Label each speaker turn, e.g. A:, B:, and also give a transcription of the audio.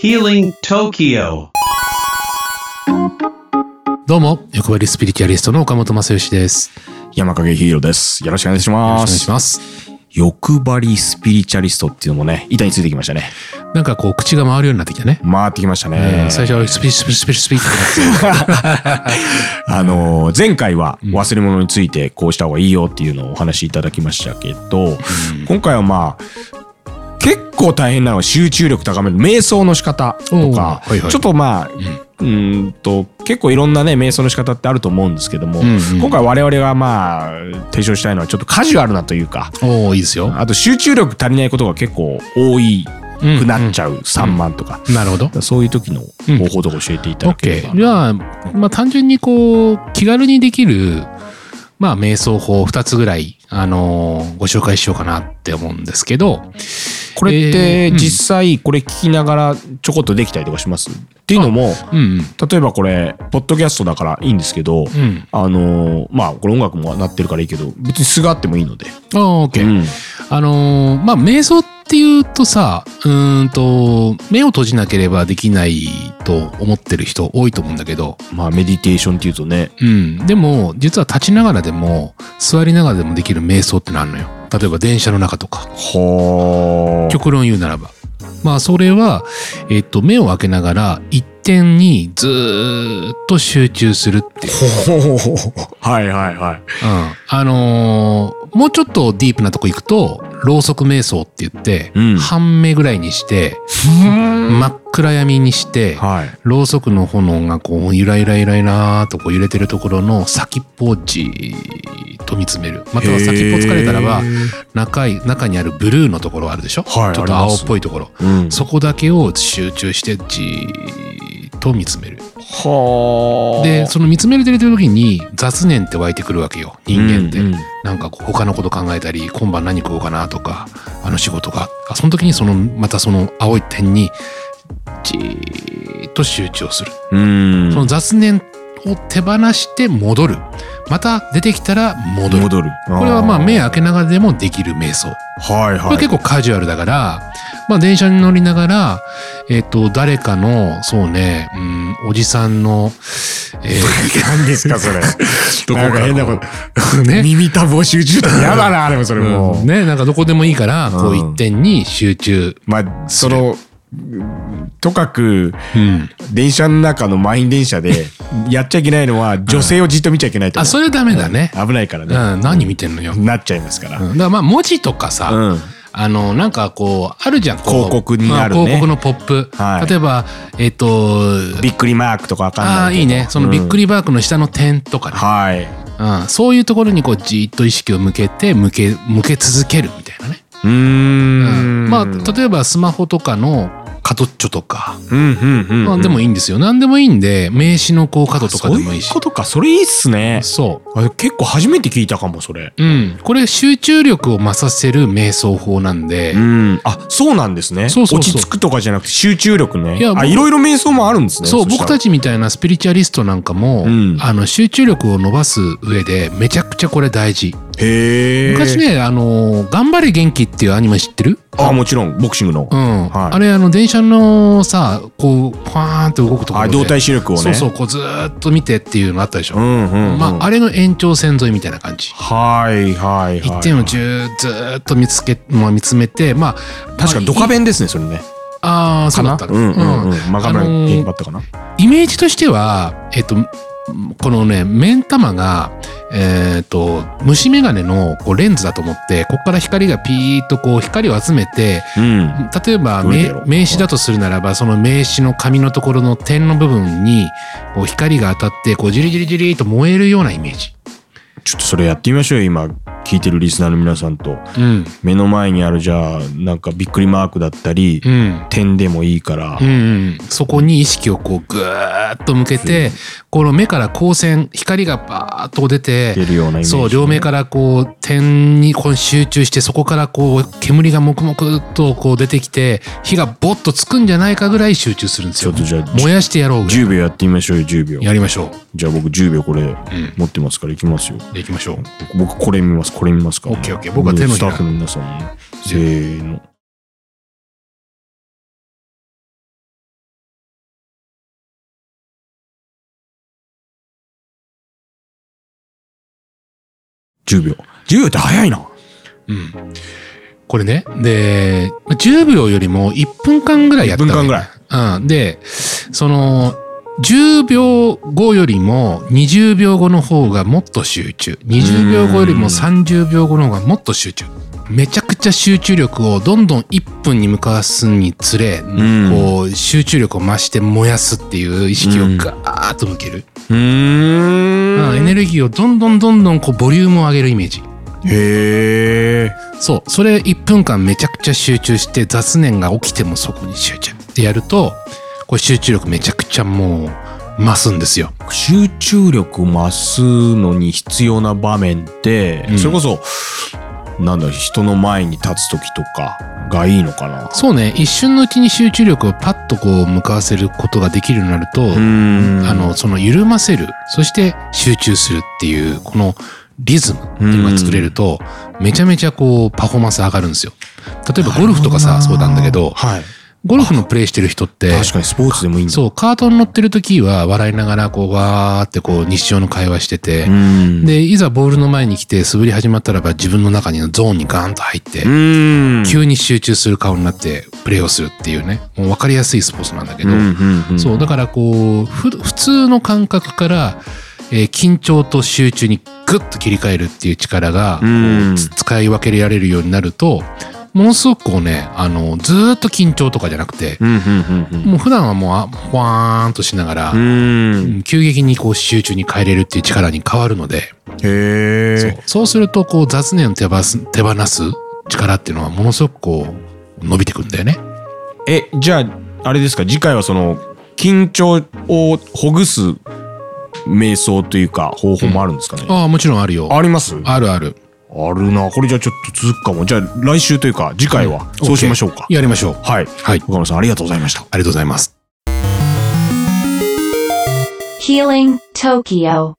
A: Healing Tokyo.
B: どうも、欲張りスピリチュアリストの岡本正義です。よ
C: 山影ヒーローです。よろしくお願いし
B: ろ
C: ま
B: しくお願い
C: す。
B: します。
C: 欲張りスピリチュアリストっていうのもね、板についてきましたね。
B: なんかこう、口が回るようになってきたね。
C: 回ってきました
B: う
C: ね
B: ん。最初はスピスピスピスピってなって
C: あのー、前回は忘れ物についてこうした方がいいよっていうのをお話しいただきましたけど、今回はまあ、結構大変なのは集中力高める瞑想の仕方
B: お
C: と
B: う
C: か、
B: はいはい
C: ちょっとまあ、うーんと結構いろんなね瞑想の仕方ってあると思うんですけども、
B: んうん
C: 今回我々がまあ提唱したいのはちょっとカジュアルなというか、
B: おー、いいですよ。
C: あと集中力足りないことが結構多いくなっちゃう散漫とか、
B: なるほど。
C: そういう時の方法とか教えていただければ、
B: OK。じゃあ、まあ単純にこう、気軽にできる、まあ瞑想法2つぐらい、あのーご紹介しようかなって思うんですけど、
C: これっ
B: え
C: て
B: ーうん
C: 実際これ聞きながらちょこっとできたりとかします、っていうのも
B: うんうん。
C: 例えばこれポッドキャストだからいいんですけど、
B: ん
C: あのーまあこれ音楽も鳴ってるからいいけど別にすがってもいいので、
B: あー OK。
C: うん
B: あのーまあ瞑想っていうとさうーんと目を閉じなければできないと思ってる人多いと思うんだけど、
C: まあメディテーションっていうとね
B: うん、でも実は立ちながらでも座りながらでもできる瞑想ってのあるのよ例えば電車の中とか
C: は
B: 極論言うならばまあそれは、えっと、目を開けながら一点にずーっと集中するっていう、
C: はいはいはい
B: うん、あのーもうちょっとディープなとこ行くとろうそく瞑想って言って、
C: うん
B: 半目ぐらいにして真っ暗闇にして、
C: はい
B: ろうそくの炎がこうゆらゆらゆらゆらーとこう揺れてるところの先っぽをじーっと見つめるまたは先っぽ疲れたらば
C: へー
B: 中い中にあるブルーのところあるでしょ、
C: はい
B: ちょっと青っぽいところ、
C: うん
B: そこだけを集中してじーっと見つめる
C: は
B: でその見つめられてる時に雑念って湧いてくるわけよ人間って、なんかこう他のこと考えたり今晩何食おうかなとかあの仕事があその時にそのまたその青い点にじーっと集中をする、
C: うん
B: その雑念を手放して戻るまた出てきたら戻る
C: 戻る
B: これはまあ
C: ー
B: 目開けながらでもできる瞑想
C: はい
B: こ
C: は
B: れ
C: い
B: 結構カジュアルだから、まあ電車に乗りながら、えっ、と、誰かの、そうね、うん、おじさんの、え
C: 何ですかそれ。
B: どこか
C: なんか変なこ
B: ー
C: と。
B: ね、
C: 耳たぶを集 中とかやだな、でもそれもう。
B: うんね、なんかどこでもいいから、こう
C: うん
B: 一点に集中。
C: まあ、その、とかく、
B: うん。
C: 電車の中の満員電車で、やっちゃいけないのは、女性をじっと見ちゃいけないと
B: あ、
C: か。
B: それはダメだね。
C: 危ないから
B: う
C: ね。
B: ん、何見てんのよ。うん
C: なっちゃいますから。
B: だからまあ文字とかさ、
C: うん。
B: あの、なんかこう、あるじゃん、こう
C: 広告にあるね
B: ま広告のポップ。
C: はい
B: 例えば、えっ、と、
C: びっくりマークとかわかん
B: あ
C: な
B: あ、
C: い。
B: いいね。そのびっく
C: り。
B: りバークの下の点とかね。
C: はい。
B: うん、そういうところにこうじーっと意識を向けて向け向け続けるみたいなね、
C: うーん。
B: まあ
C: うん、
B: 例えばスマホとかのカトッチョとか、
C: うん、うん。
B: まあ、でもいいんですよ何でもいいんで名刺のこうカトとか
C: そう
B: でもい
C: い
B: いうし
C: ことか。それいいっすね。
B: そ
C: あ結構初めて聞いたかも、それ。
B: ううんこれ集中力を増させる瞑想法なんで、
C: うん、あそうなんですね
B: そうそうそう
C: 落ち着くとかじゃなくて集中力ね
B: いや
C: あ
B: 僕
C: いろいろ瞑想もあるんですね
B: そう僕た
C: ち
B: ちみたいなスピリチュアリストなんかも、
C: うん
B: あの集中力を伸ばす上でめちゃくちゃこれ大事
C: へえ
B: 昔ね「あの頑張れ元気」っていうアニメ知ってる
C: あもちろんボクシングの、
B: うん、
C: はい
B: あれあの電車のさこうパーンって動くところ
C: あ
B: で
C: 動体視力をね
B: そうそうこうずーっと見てっていうのあったでしょ、
C: んうん、うん、
B: まああれの延長線沿いみたいな感じ
C: はいはいはい
B: 一点をじゅーずーっと見つけ、まあ、見つめてまあ
C: 確かドカ
B: ベ
C: ベンですねそれね
B: ああそうだった
C: うんうん
B: うん
C: うんマカブ
B: あ
C: ラ
B: のー
C: 引っ張ったかな
B: イメージとしてはえっとこのね目ん玉がえっと虫眼鏡のこうレンズだと思ってここから光がピーッとこう光を集めて
C: うん
B: 例えば
C: どれ
B: 名
C: だろう
B: 名刺だとするならばその名刺の紙のところの点の部分にこう光が当たってこうジリジリジリと燃えるようなイメージ。
C: ちょっとそれやってみましょうよ今聞いてるリスナーの皆さんと
B: うん
C: 目の前にあるじゃあなんかびっくりマークだったり、
B: うん
C: 点でもいいから、
B: うんうん、そこに意識をこうぐーっと向けてこの目から光線光がバーッと出
C: 出
B: て
C: るようなイメージ
B: そう両目からこう点にこう集中してそこからこう煙がもくもくっとこう出てきて火がボッとつくんじゃないかぐらい集中するんですよ
C: ちょっとじゃあ
B: 燃やしてやろうぐらい
C: 10秒やってみましょうよ10秒
B: やりましょ
C: じゃあ僕10秒これ
B: ん
C: 持ってますからいきますよ。
B: うで行きましょう
C: 僕これ見ます、これ見ますから、
B: オッケーオッケー僕は手の
C: ス
B: ひ
C: タ
B: ら
C: ッフの皆さんにね。せーの。 10秒。10秒って早いな。
B: うん。これね、で、10秒よりも1分間ぐらいやった、ね。
C: 1分間ぐら
B: い。うん。で、その、10秒後よりも20秒後の方がもっと集中。20秒後よりも30秒後の方がもっと集中。めちゃくちゃ集中力をどんどん1分に向かわすにつれ、
C: ん
B: こう集中力を増して燃やすっていう意識を
C: うん
B: ガーッと向ける、
C: う
B: うんエ
C: ん。
B: ネルギーをどんどんどんどんこうボリュームを上げるイメージ
C: へえ。
B: そうそれ1分間めちゃくちゃ集中して雑念が起きてもそこに集中ってやるとこれ集中力めちゃくちゃもう増すんですよ。
C: 集中力増すのに必要な場面って、
B: うん
C: それこそ、なんだろう、人の前に立つ時とかがいいのかな。
B: そうね一瞬のうちに集中力をパッとこう向かわせることができるようになると、
C: ん
B: あのその緩ませるそして集中するっていうこのリズムっていうのが作れると、めちゃめちゃこうパフォーマンス上がるんですよ。例えばゴルフとかさそうなんだけど
C: はい。
B: ゴルフのプレイしてる人って
C: 確かにスポーツでもいいんだ。
B: そう、カートに乗ってる時は笑いながら、こう、わーってこう、日常の会話してて、
C: ん。
B: で、いざボールの前に来て素振り始まったらば自分の中にのゾーンにガーンと入って、
C: うん。
B: 急に集中する顔になってプレーをするっていうね、もう分かりやすいスポーツなんだけど、
C: うん
B: そう、だからこう、ふ普通の感覚から、えー緊張と集中にグッと切り替えるっていう力が、
C: うん
B: つ使い分けられるようになると、ものすごくこうね、あの、ずーっと緊張とかじゃなくて、
C: うんうんうん
B: もう普段はもうあ、ほわーんとしながら、
C: うん。うん。
B: うん急激にこう集中に変えれるっていう力に変わるので、
C: へ
B: そう
C: え。
B: そうするとこう雑念を手放す手放す力っていうのはものすごくこう伸びてくんだよね。
C: え、じゃあ、あれですか、次回はその、緊張をほぐす瞑想というか、方法もあるんですかね。
B: ああもちろんあるよ。
C: あります
B: あるある。
C: あるな。これじゃあちょっと続くかも。じゃあ来週というか次回はそうしましょうか。
B: やりましょう。
C: はい。
B: はい。
C: 岡野さんありがとうございました。
B: ありがとうございます。
D: Healing Tokyo